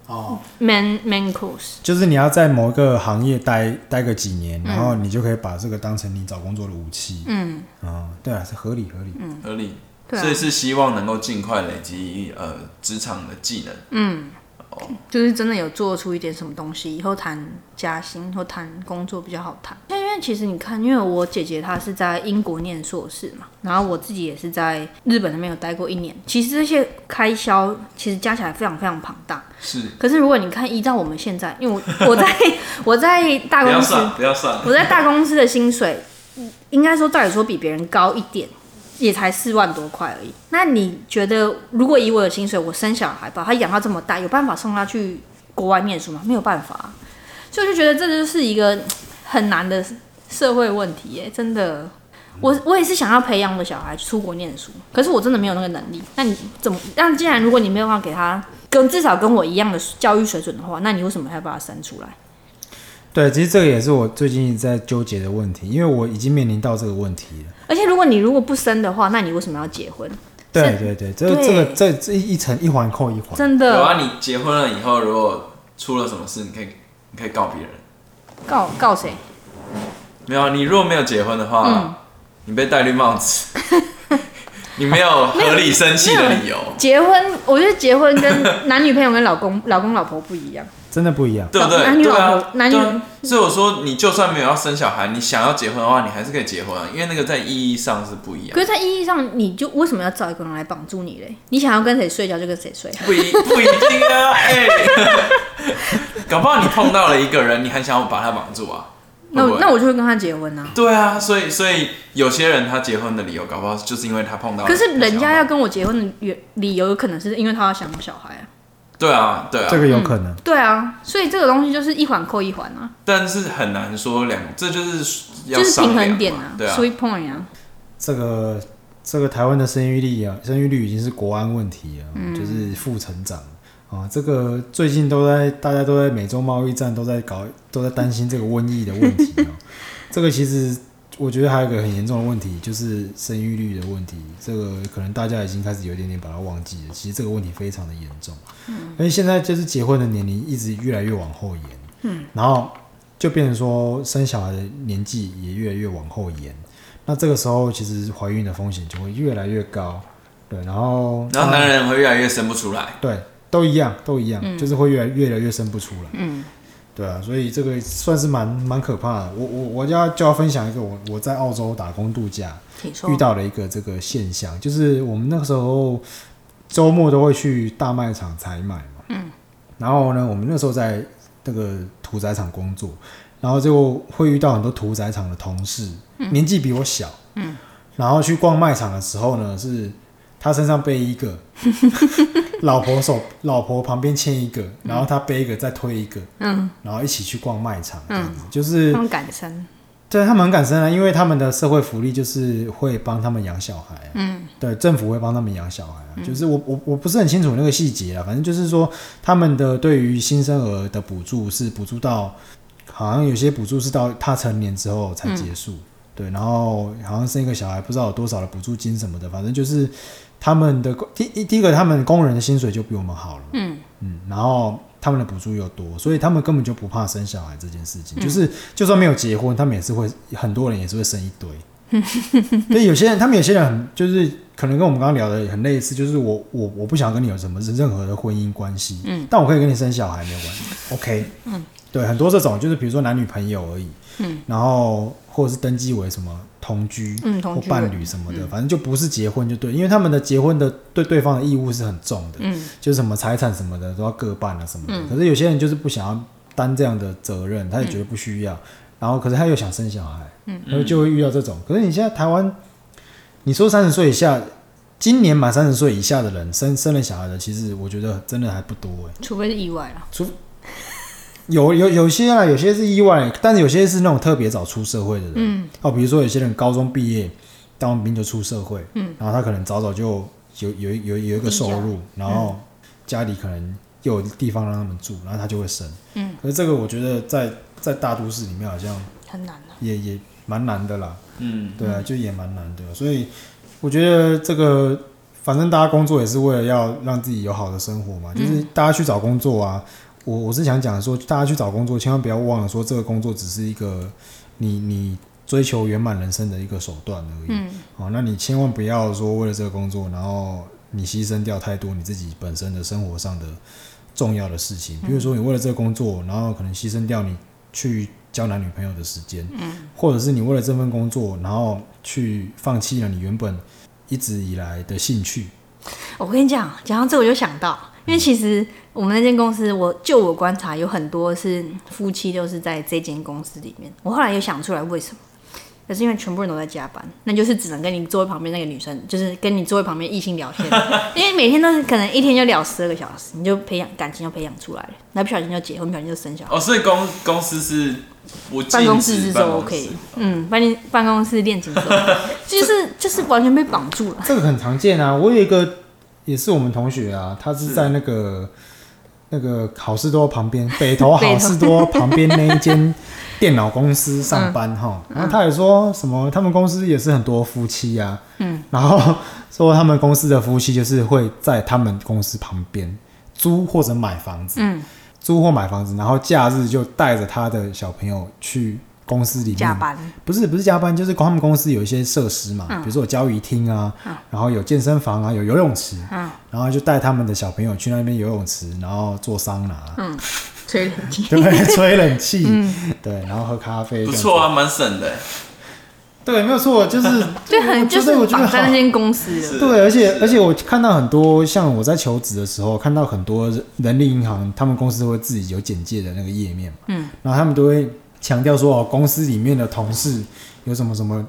[SPEAKER 1] 哦，
[SPEAKER 2] man man course。
[SPEAKER 1] 就是你要在某一个行业待待个几年，然后你就可以把这个当成你找工作的武器。
[SPEAKER 2] 嗯，
[SPEAKER 1] 嗯，对啊，是合理合理。
[SPEAKER 3] 合理。
[SPEAKER 2] 对啊
[SPEAKER 3] 所以是希望能够尽快累积呃职场的技能。
[SPEAKER 2] 就是真的有做出一点什么东西，以后谈加薪或谈工作比较好谈。因为其实你看，因为我姐姐她是在英国念硕士嘛，然后我自己也是在日本那边有待过一年。其实这些开销其实加起来非常非常庞大。
[SPEAKER 3] 是，
[SPEAKER 2] 可是如果你看，依照我们现在，因为我我在 [laughs] 我在大
[SPEAKER 3] 不要
[SPEAKER 2] 公司，
[SPEAKER 3] 算，不要算。
[SPEAKER 2] 我在大公司的薪水，嗯应该说照理说比别人高一点，也才四万多块而已。那你觉得，如果以我的薪水，我生小孩把他养到这么大，有办法送他去国外念书吗？没有办法啊、所以我就觉得这就是一个很难的社会问题耶，真的。我我也是想要培养我的小孩出国念书，可是我真的没有那个能力。那你怎么？那既然如果你没有办法给他跟至少跟我一样的教育水准的话，那你为什么还要把他生出来？
[SPEAKER 1] 对，其实这个也是我最近一直在纠结的问题，因为我已经面临到这个问题了。
[SPEAKER 2] 而且如果你如果不生的话，那你为什么要结婚？
[SPEAKER 1] 对
[SPEAKER 2] 是
[SPEAKER 1] 对对，这
[SPEAKER 2] 对
[SPEAKER 1] 这个这这一层一环扣一环。
[SPEAKER 2] 真
[SPEAKER 3] 有
[SPEAKER 2] 的
[SPEAKER 3] 啊，你结婚了以后，如果出了什么事，你可以你可以告别人。
[SPEAKER 2] 告告谁？
[SPEAKER 3] 没有啊，你如果没有结婚的话，
[SPEAKER 2] 嗯
[SPEAKER 3] 你被戴绿
[SPEAKER 2] [laughs]
[SPEAKER 3] 帽子，你没有合理生气的理由。
[SPEAKER 2] 结婚，我觉得结婚跟
[SPEAKER 3] [laughs]
[SPEAKER 2] 男女朋友跟老公、老公老婆不一样。
[SPEAKER 1] 真的不一样。
[SPEAKER 3] 对不对？
[SPEAKER 2] 男女
[SPEAKER 3] 对
[SPEAKER 2] 老
[SPEAKER 3] 啊
[SPEAKER 2] 婆，男女
[SPEAKER 3] 对啊所以我说，你就算没有要生小孩，你想要结婚的话，你还是可以结婚啊，因为那个在意义上是不一样
[SPEAKER 2] 可，是，在意义上，你就为什么要找一个人来绑住你嘞？你想要跟谁睡觉就跟谁睡，
[SPEAKER 3] 不一不一定啊，
[SPEAKER 2] [laughs]
[SPEAKER 3] 哎、搞不好你碰到了一个人，你还想要把他绑住啊？
[SPEAKER 2] 那
[SPEAKER 3] 会不
[SPEAKER 2] 我
[SPEAKER 3] 会
[SPEAKER 2] 那我就会跟他结婚啊。
[SPEAKER 3] 对啊，所以所以有些人他结婚的理由，搞不好就是因为他碰到了
[SPEAKER 2] 可是人家
[SPEAKER 3] 他想
[SPEAKER 2] 要跟我结婚的原理由，有可能是因为他要想我小孩啊。
[SPEAKER 3] 对啊对啊，
[SPEAKER 1] 这个有可能，
[SPEAKER 2] 对啊，所以这个东西就是一环扣一环啊，
[SPEAKER 3] 但是很难说两，这就是要
[SPEAKER 2] 就是
[SPEAKER 3] 商
[SPEAKER 2] 平
[SPEAKER 3] 量嘛
[SPEAKER 2] 衡点啊
[SPEAKER 3] 对啊，
[SPEAKER 2] ，sweet point 啊。
[SPEAKER 1] 这个这个台湾的生育率啊，生育率已经是国安问题啊，就是负成长啊。这个最近都在大家都在美洲贸易战都在搞，都在担心这个瘟疫的问题啊。这个其实我觉得还有一个很严重的问题，就是生育率的问题。这个可能大家已经开始有一点点把它忘记了，其实这个问题非常的严重。因为现在就是结婚的年龄一直越来越往后延，嗯，然后就变成说生小孩的年纪也越来越往后延。那这个时候，其实怀孕的风险就会越来越高，对，然后
[SPEAKER 3] 然后男人会越来越生不出来，
[SPEAKER 1] 对都一样，都一样，就是会越来越来越生不出来，
[SPEAKER 2] 嗯，
[SPEAKER 1] 对啊，所以这个算是蛮蛮可怕的。我我我就要就要分享一个我我在澳洲打工度假
[SPEAKER 2] 请说
[SPEAKER 1] 遇。到了一个这个现象，就是我们那个时候周末都会去大卖场采买嘛，嗯，然后呢，我们那时候在那个屠宰场工作，然后就会遇到很多屠宰场的同事，年纪比我小，嗯，然后去逛卖场的时候呢，是他身上背一个，老婆手老婆旁边牵一个，然后他背一个再推一个，
[SPEAKER 2] 嗯，
[SPEAKER 1] 然后一起去逛卖场，这样子，就是
[SPEAKER 2] 他们敢生，
[SPEAKER 1] 对他们很感生啊，因为他们的社会福利就是会帮他们养小孩、嗯，对，政府会帮他们养小孩、啊，就是我我我不是很清楚那个细节啊，反正就是说他们的对于新生儿的补助是补助到，好像有些补助是到他成年之后才结束，对，然后好像生一个小孩不知道有多少的补助金什么的，反正就是他们的第一第一个他们工人的薪水就比我们好了嘛，
[SPEAKER 2] 嗯
[SPEAKER 1] 嗯，然后他们的补助又多，所以他们根本就不怕生小孩这件事情。就是就算没有结婚，他们也是会很多人也是会生一堆。 [laughs] 对，有些人他们有些人很就是可能跟我们刚刚聊的很类似，就是我我我不想跟你有什么任何的婚姻关系，嗯，但我可以跟你生小孩没有关系，OK，嗯，对，很多这种就是比如说男女朋友而已，嗯，然后或者是登记为什么同居
[SPEAKER 2] 嗯
[SPEAKER 1] 或
[SPEAKER 2] 同居
[SPEAKER 1] 伴侣什么的，反正就不是结婚就对，因为他们的结婚的对对方的义务是很重的，
[SPEAKER 2] 嗯
[SPEAKER 1] 就是什么财产什么的都要各半啊了、什么的。可是有些人就是不想要担这样的责任，他也
[SPEAKER 2] 嗯
[SPEAKER 1] 觉得不需要，然后可是他又想生小孩，嗯，然后就会遇到这种。可是你现在台湾，你说三十岁以下，今年满三十岁以下的人生生了小孩的，其实我觉得真的还不多哎、
[SPEAKER 2] 除非是意外啊啦。
[SPEAKER 1] 有有有些啊，有些是意外，但是有些是那种特别早出社会的人，
[SPEAKER 2] 嗯
[SPEAKER 1] 哦，比如说有些人高中毕业，当完兵就出社会，嗯，然后他可能早早就有有有有一个收入，然后
[SPEAKER 2] 嗯
[SPEAKER 1] 家里可能又有地方让他们住，然后他就会生，
[SPEAKER 2] 嗯，
[SPEAKER 1] 可是这个我觉得在在大都市里面好像
[SPEAKER 2] 很难啊。
[SPEAKER 1] 也也蛮难的啦，
[SPEAKER 3] 嗯，
[SPEAKER 1] 对啊，就也蛮难的，所以我觉得这个反正大家工作也是为了要让自己有好的生活
[SPEAKER 3] 嗯
[SPEAKER 1] 嘛，就是大家去找工作啊，我我是想讲说，大家去找工作千万不要忘了说这个工作只是一个你你追求圆满人生的一个手段而已，
[SPEAKER 2] 嗯
[SPEAKER 1] 哦，那你千万不要说为了这个工作，然后你牺牲掉太多你自己本身的生活上的重要的事情，比如说你为了这个工作，然后可能牺牲掉你去交男女朋友的时间，
[SPEAKER 2] 嗯
[SPEAKER 1] 或者是你为了这份工作，然后去放弃了你原本一直以来的兴趣。
[SPEAKER 2] 我跟你讲，讲到这我就想到，因为其实我们那间公司，我就我观察，有很多是夫妻都是在这间公司里面。我后来也想出来为什么，可是因为全部人都在加班，那就是只能跟你座位旁边那个女生，就是跟你座位旁边异性聊
[SPEAKER 3] [laughs]
[SPEAKER 2] 天，因为每天都是可能一天就聊十二个小时，你就培养感情就培养出来了，那不小心就结婚，不小心就生小孩。
[SPEAKER 3] 哦，所以公公司是不禁止
[SPEAKER 2] 办公室是
[SPEAKER 3] 办
[SPEAKER 2] o
[SPEAKER 3] 公室
[SPEAKER 2] OK，嗯，办公办公室恋
[SPEAKER 3] [laughs]
[SPEAKER 2] 情是 OK，就是就是完全被绑住了。
[SPEAKER 1] 这个很常见啊，我有一个也是我们同学啊，他是在那个那个好事多旁边，北投
[SPEAKER 2] 北投
[SPEAKER 1] 好事多旁边那一间电脑公司上班哈、然后他也说什么，他们公司也是很多夫妻啊，嗯，然后说他们公司的夫妻就是会在他们公司旁边租或者买房子，
[SPEAKER 2] 嗯，
[SPEAKER 1] 租或买房子，然后假日就带着他的小朋友去公司里面
[SPEAKER 2] 加班，
[SPEAKER 1] 不是不是加班，就是他们公司有一些设施
[SPEAKER 2] 嗯
[SPEAKER 1] 嘛，比如说有交易厅啊，然后有健身房啊，有游泳池，
[SPEAKER 2] 嗯
[SPEAKER 1] 然后就带他们的小朋友去那边游泳池，然后做桑拿，
[SPEAKER 2] 嗯，吹冷气。
[SPEAKER 1] 对，吹冷
[SPEAKER 2] [laughs]
[SPEAKER 1] 气，对，
[SPEAKER 2] 嗯
[SPEAKER 1] 然后喝咖啡，
[SPEAKER 3] 不错啊，，蛮省的欸。
[SPEAKER 1] 对，没有错，就是
[SPEAKER 2] 对，很哎就
[SPEAKER 1] 就是是我觉得
[SPEAKER 2] 绑在那
[SPEAKER 1] 好
[SPEAKER 2] 间公司的，
[SPEAKER 3] 是
[SPEAKER 1] 对，啊而且
[SPEAKER 3] 是
[SPEAKER 1] 而且我看到很多像我在求职的时候，看到很多人力银行他们公司会自己有简介的那个页面嘛，
[SPEAKER 2] 嗯，
[SPEAKER 1] 然后他们都会强调说哦，公司里面的同事有什么什么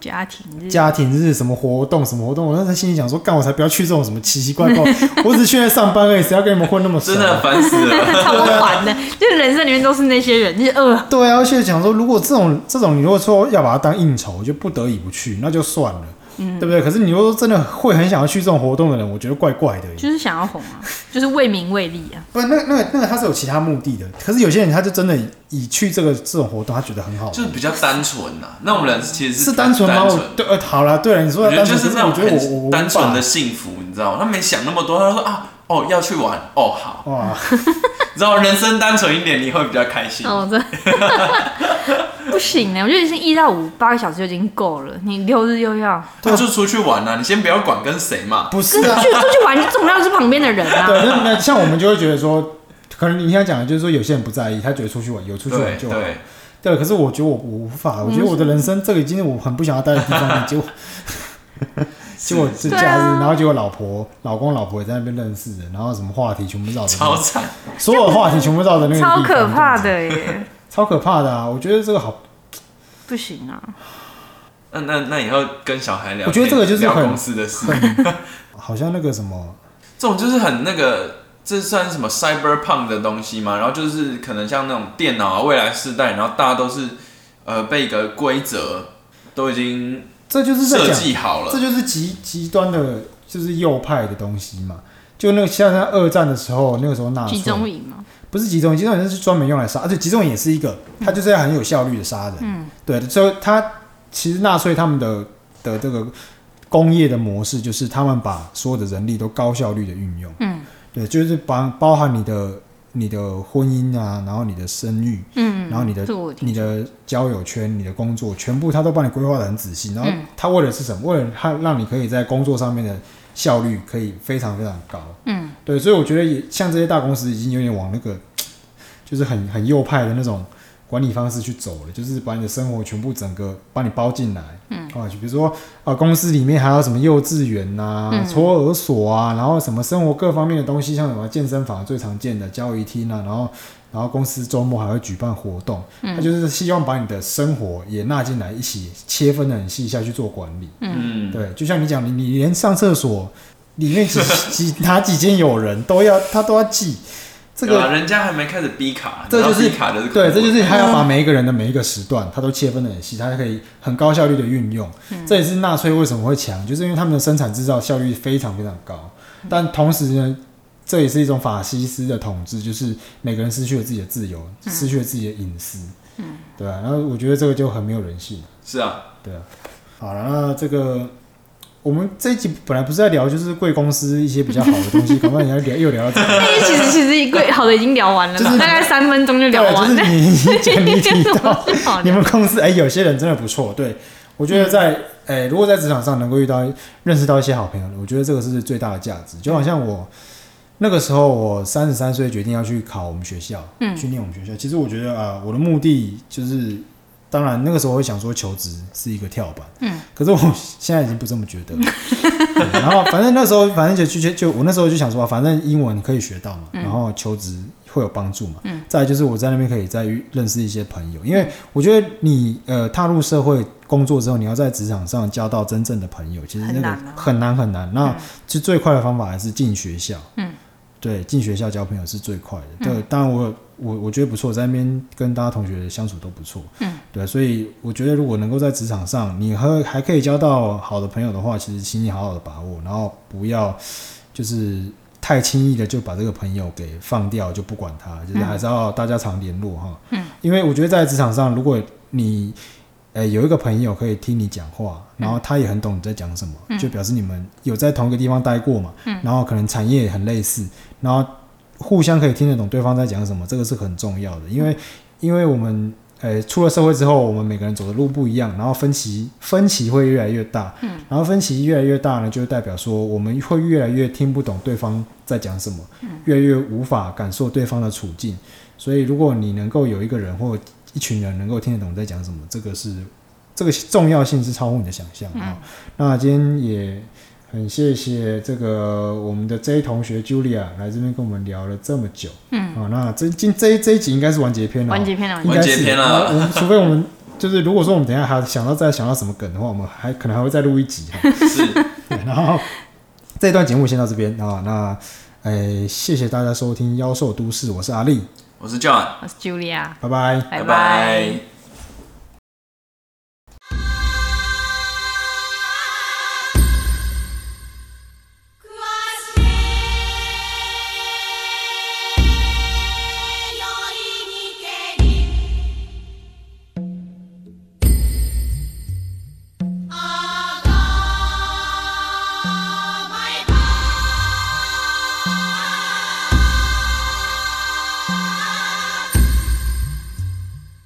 [SPEAKER 2] 家庭日
[SPEAKER 1] 家庭日什么活动什么活动，我那时候心里想说，干我才不要去这种什么奇奇 [laughs] 怪怪，我只去那上班而已，谁要跟你们混那么熟、
[SPEAKER 3] 真的？烦死
[SPEAKER 1] 啊
[SPEAKER 3] 了。
[SPEAKER 2] 超烦的，就是人生里面都是那些人，就是呃，
[SPEAKER 1] 对啊，而且想说，如果这种这种，你如果说要把它当应酬，就不得已不去，那就算了，对不对？可是你如果真的会很想要去这种活动的人，我觉得怪怪的耶。
[SPEAKER 2] 就是想要红啊，就是为名为利
[SPEAKER 1] [laughs]
[SPEAKER 2] 啊，
[SPEAKER 1] 不，那个那个那个他是有其他目的的，可是有些人他就真的以以去这个这种活动，他觉得很好玩，
[SPEAKER 3] 就是比较单纯呐、啊那我们人其实
[SPEAKER 1] 是单
[SPEAKER 3] 单
[SPEAKER 1] 纯吗？
[SPEAKER 3] 单
[SPEAKER 1] 我
[SPEAKER 3] 纯
[SPEAKER 1] 对，呃，好了，对了，你说
[SPEAKER 3] 我
[SPEAKER 1] 的
[SPEAKER 3] 觉得
[SPEAKER 1] 单
[SPEAKER 3] 就
[SPEAKER 1] 纯，
[SPEAKER 3] 是
[SPEAKER 1] 可
[SPEAKER 3] 那
[SPEAKER 1] 我
[SPEAKER 3] 种
[SPEAKER 1] 觉得我我
[SPEAKER 3] 很
[SPEAKER 1] 无
[SPEAKER 3] 单
[SPEAKER 1] 法
[SPEAKER 3] 纯的幸福，你知道吗？他没想那么多，他说啊，哦，要去玩，哦，好，
[SPEAKER 1] 哇，
[SPEAKER 3] 你知道人生单纯一点，你会比较开心。
[SPEAKER 2] 哦，这 [laughs] 不行呢，我觉得已经一到五八个小时就已经够了，你六日又要，
[SPEAKER 3] [laughs] 他就出去玩啊了、你先不要管跟谁嘛。
[SPEAKER 1] 不
[SPEAKER 2] 跟
[SPEAKER 1] 是啊
[SPEAKER 2] 出，去出去玩，重要是旁边的人啊，
[SPEAKER 1] 对，那那像我们就会觉得说，可能你想讲的就是说，有些人不在意，他觉得出去玩有出去
[SPEAKER 3] 对
[SPEAKER 1] 玩就好。嗯
[SPEAKER 3] 对，
[SPEAKER 1] 对，可是我觉得我我无法，我觉得
[SPEAKER 2] 嗯
[SPEAKER 1] 我的人生这个已经是我很不想要待的地方了，
[SPEAKER 2] [laughs]
[SPEAKER 1] 结果结果是
[SPEAKER 2] 对
[SPEAKER 1] 假
[SPEAKER 2] 啊
[SPEAKER 1] 日，然后结果老婆、老公、老婆也在那边认识的，然后什么话题全部绕着那
[SPEAKER 3] 超
[SPEAKER 1] 个，
[SPEAKER 3] 惨。
[SPEAKER 1] 所有话题全部绕着那个地
[SPEAKER 2] 超
[SPEAKER 1] 方
[SPEAKER 2] 可怕，
[SPEAKER 1] 这样子
[SPEAKER 2] 的耶，
[SPEAKER 1] 超可怕的啊！我觉得这个好，
[SPEAKER 2] 不行啊，
[SPEAKER 3] 那那那以后跟小孩聊天，
[SPEAKER 1] 我觉得这个就是
[SPEAKER 3] 聊
[SPEAKER 1] 很
[SPEAKER 3] 公司的事，
[SPEAKER 1] 好像那个什么，
[SPEAKER 3] 这种就是很那个，这算是什么 cyberpunk 的东西嘛？然后就是可能像那种电脑啊，未来世代，然后大家都是呃被一个规则都已经
[SPEAKER 1] 这就是在
[SPEAKER 3] 设
[SPEAKER 1] 讲
[SPEAKER 3] 计好
[SPEAKER 1] 这
[SPEAKER 3] 了，
[SPEAKER 1] 就是极极端的，就是右派的东西嘛。就那个像在二战的时候，那个时候纳粹
[SPEAKER 2] 集中营啊嘛，
[SPEAKER 1] 不是集中营，集中营是专门用来杀，而且啊集中营也是一个，他就是要很有效率的杀人。
[SPEAKER 2] 嗯，
[SPEAKER 1] 对，所以他其实纳粹他们的的这个工业的模式，就是他们把所有的人力都高效率的运用。
[SPEAKER 2] 嗯
[SPEAKER 1] 对，就是包包含你的你的婚姻啊，然后你的生育，
[SPEAKER 2] 嗯，
[SPEAKER 1] 然后你的
[SPEAKER 2] 这个我听
[SPEAKER 1] 你的交友圈、你的工作，全部他都帮你规划的很仔细。然后
[SPEAKER 2] 嗯
[SPEAKER 1] 他为了是什么？为了他让你可以在工作上面的效率可以非常非常高。
[SPEAKER 2] 嗯，
[SPEAKER 1] 对，所以我觉得也像这些大公司已经有点往那个，就是很很右派的那种管理方式去走了，就是把你的生活全部整个把你包进来，嗯，啊，就比如说啊、呃公司里面还有什么幼稚园呐、
[SPEAKER 2] 嗯
[SPEAKER 1] 托儿所啊，然后什么生活各方面的东西，像什么健身房最常见的交易厅啊，然后然后公司周末还会举办活动，嗯、他就是希望把你的生活也纳进来，一起切分的很细下去做管理，
[SPEAKER 3] 嗯，
[SPEAKER 1] 对，就像你讲，你你连上厕所里面几几 [laughs] 哪几间有人都要他都要记，这
[SPEAKER 3] 有啊
[SPEAKER 1] 个
[SPEAKER 3] 人家还没开始逼卡，
[SPEAKER 1] 这就是
[SPEAKER 3] 你知道逼卡的
[SPEAKER 1] 对，这就是他要
[SPEAKER 2] 嗯
[SPEAKER 1] 把每一个人的每一个时段，他都切分的很细，他才可以很高效率的运用。
[SPEAKER 2] 嗯
[SPEAKER 1] 这也是纳粹为什么会强，就是因为他们的生产制造效率非常非常高，
[SPEAKER 2] 嗯
[SPEAKER 1] 但同时呢。这也是一种法西斯的统治，就是每个人失去了自己的自由，
[SPEAKER 2] 嗯
[SPEAKER 1] 失去了自己的隐私，嗯，对吧、然后我觉得这个就很没有人性。
[SPEAKER 3] [laughs] 是啊，
[SPEAKER 1] 对啊，好了，那这个我们这一集本来不是在聊就是贵公司一些比较好的东
[SPEAKER 2] [laughs]
[SPEAKER 1] 西，搞不好人家聊又聊到这个，
[SPEAKER 2] 但是哎其实其实一个好的已经聊完了吧，
[SPEAKER 1] 就是
[SPEAKER 2] 大概三分钟就聊
[SPEAKER 1] 对，就
[SPEAKER 2] 完了。
[SPEAKER 1] 是你讲你提到
[SPEAKER 2] 我是 [laughs] 好嗯
[SPEAKER 1] 你
[SPEAKER 2] 聊
[SPEAKER 1] 们公司，哎、有些人真的不错，对我觉得在哎、如果在职场上能够遇到认识到一些好朋友，我觉得这个是最大的价值。就好像我那个时候，我三十三岁决定要去考我们学校，
[SPEAKER 2] 嗯
[SPEAKER 1] 去念我们学校。其实我觉得啊、呃我的目的就是，当然那个时候会想说求职是一个跳板，
[SPEAKER 2] 嗯，
[SPEAKER 1] [laughs] 可是我现在已经不这么觉得了。对然后反正那时候，反正就去就我那时候就想说，反正英文可以学到嘛，
[SPEAKER 2] 嗯
[SPEAKER 1] 然后求职会有帮助嘛。嗯，再来就是我在那边可以再遇认识一些朋友，因为我觉得你呃踏入社会工作之后，你要在职场上交到真正的朋友，其实那
[SPEAKER 2] 很
[SPEAKER 1] 个
[SPEAKER 2] 难啊
[SPEAKER 1] 很难很难。那其实最快的方法还是进学校。
[SPEAKER 2] 嗯，
[SPEAKER 1] 对，进学校交朋友是最快的。对，当然我我我觉得不错，在那边跟大家同学相处都不错。
[SPEAKER 2] 嗯，
[SPEAKER 1] 对，所以我觉得如果能够在职场上你和还可以交到好的朋友的话，其实请你好好的把握，然后不要就是太轻易的就把这个朋友给放掉，就不管他，就是还是要大家常联络哈。
[SPEAKER 2] 嗯，
[SPEAKER 1] 因为我觉得在职场上，如果你呃有一个朋友可以听你讲话，然后他也很懂你在讲什么，就表示你们有在同一个地方待过嘛，然后可能产业也很类似，然后互相可以听得懂对方在讲什么，这个是很重要的，因为因为我们。呃，出了社会之后，我们每个人走的路不一样，然后分歧分歧会越来越大，然后分歧越来越大呢，就代表说我们会越来越听不懂对方在讲什么，越来越无法感受对方的处境。所以，如果你能够有一个人或一群人能够听得懂在讲什么，这个是这个重要性是超乎你的想象啊、那今天也很谢谢这个我们的 J 同学 Julia 来这边跟我们聊了这么久，嗯，啊、那这今这一这一集应该是完结篇了哦，
[SPEAKER 2] 完结篇了，
[SPEAKER 1] 应该
[SPEAKER 3] 完
[SPEAKER 1] 是
[SPEAKER 3] 结篇了
[SPEAKER 1] 然后我们除非我们就是如果说我们等一下还想到再想到什么梗的话，我们还可能还会再录一集哈。
[SPEAKER 3] [laughs] 是，
[SPEAKER 1] 对然后这段节目先到这边啊，那诶、谢谢大家收听《妖兽都市》，我是阿力，
[SPEAKER 3] 我是 John，
[SPEAKER 2] 我是 Julia，
[SPEAKER 1] 拜拜。
[SPEAKER 2] 拜
[SPEAKER 3] 拜。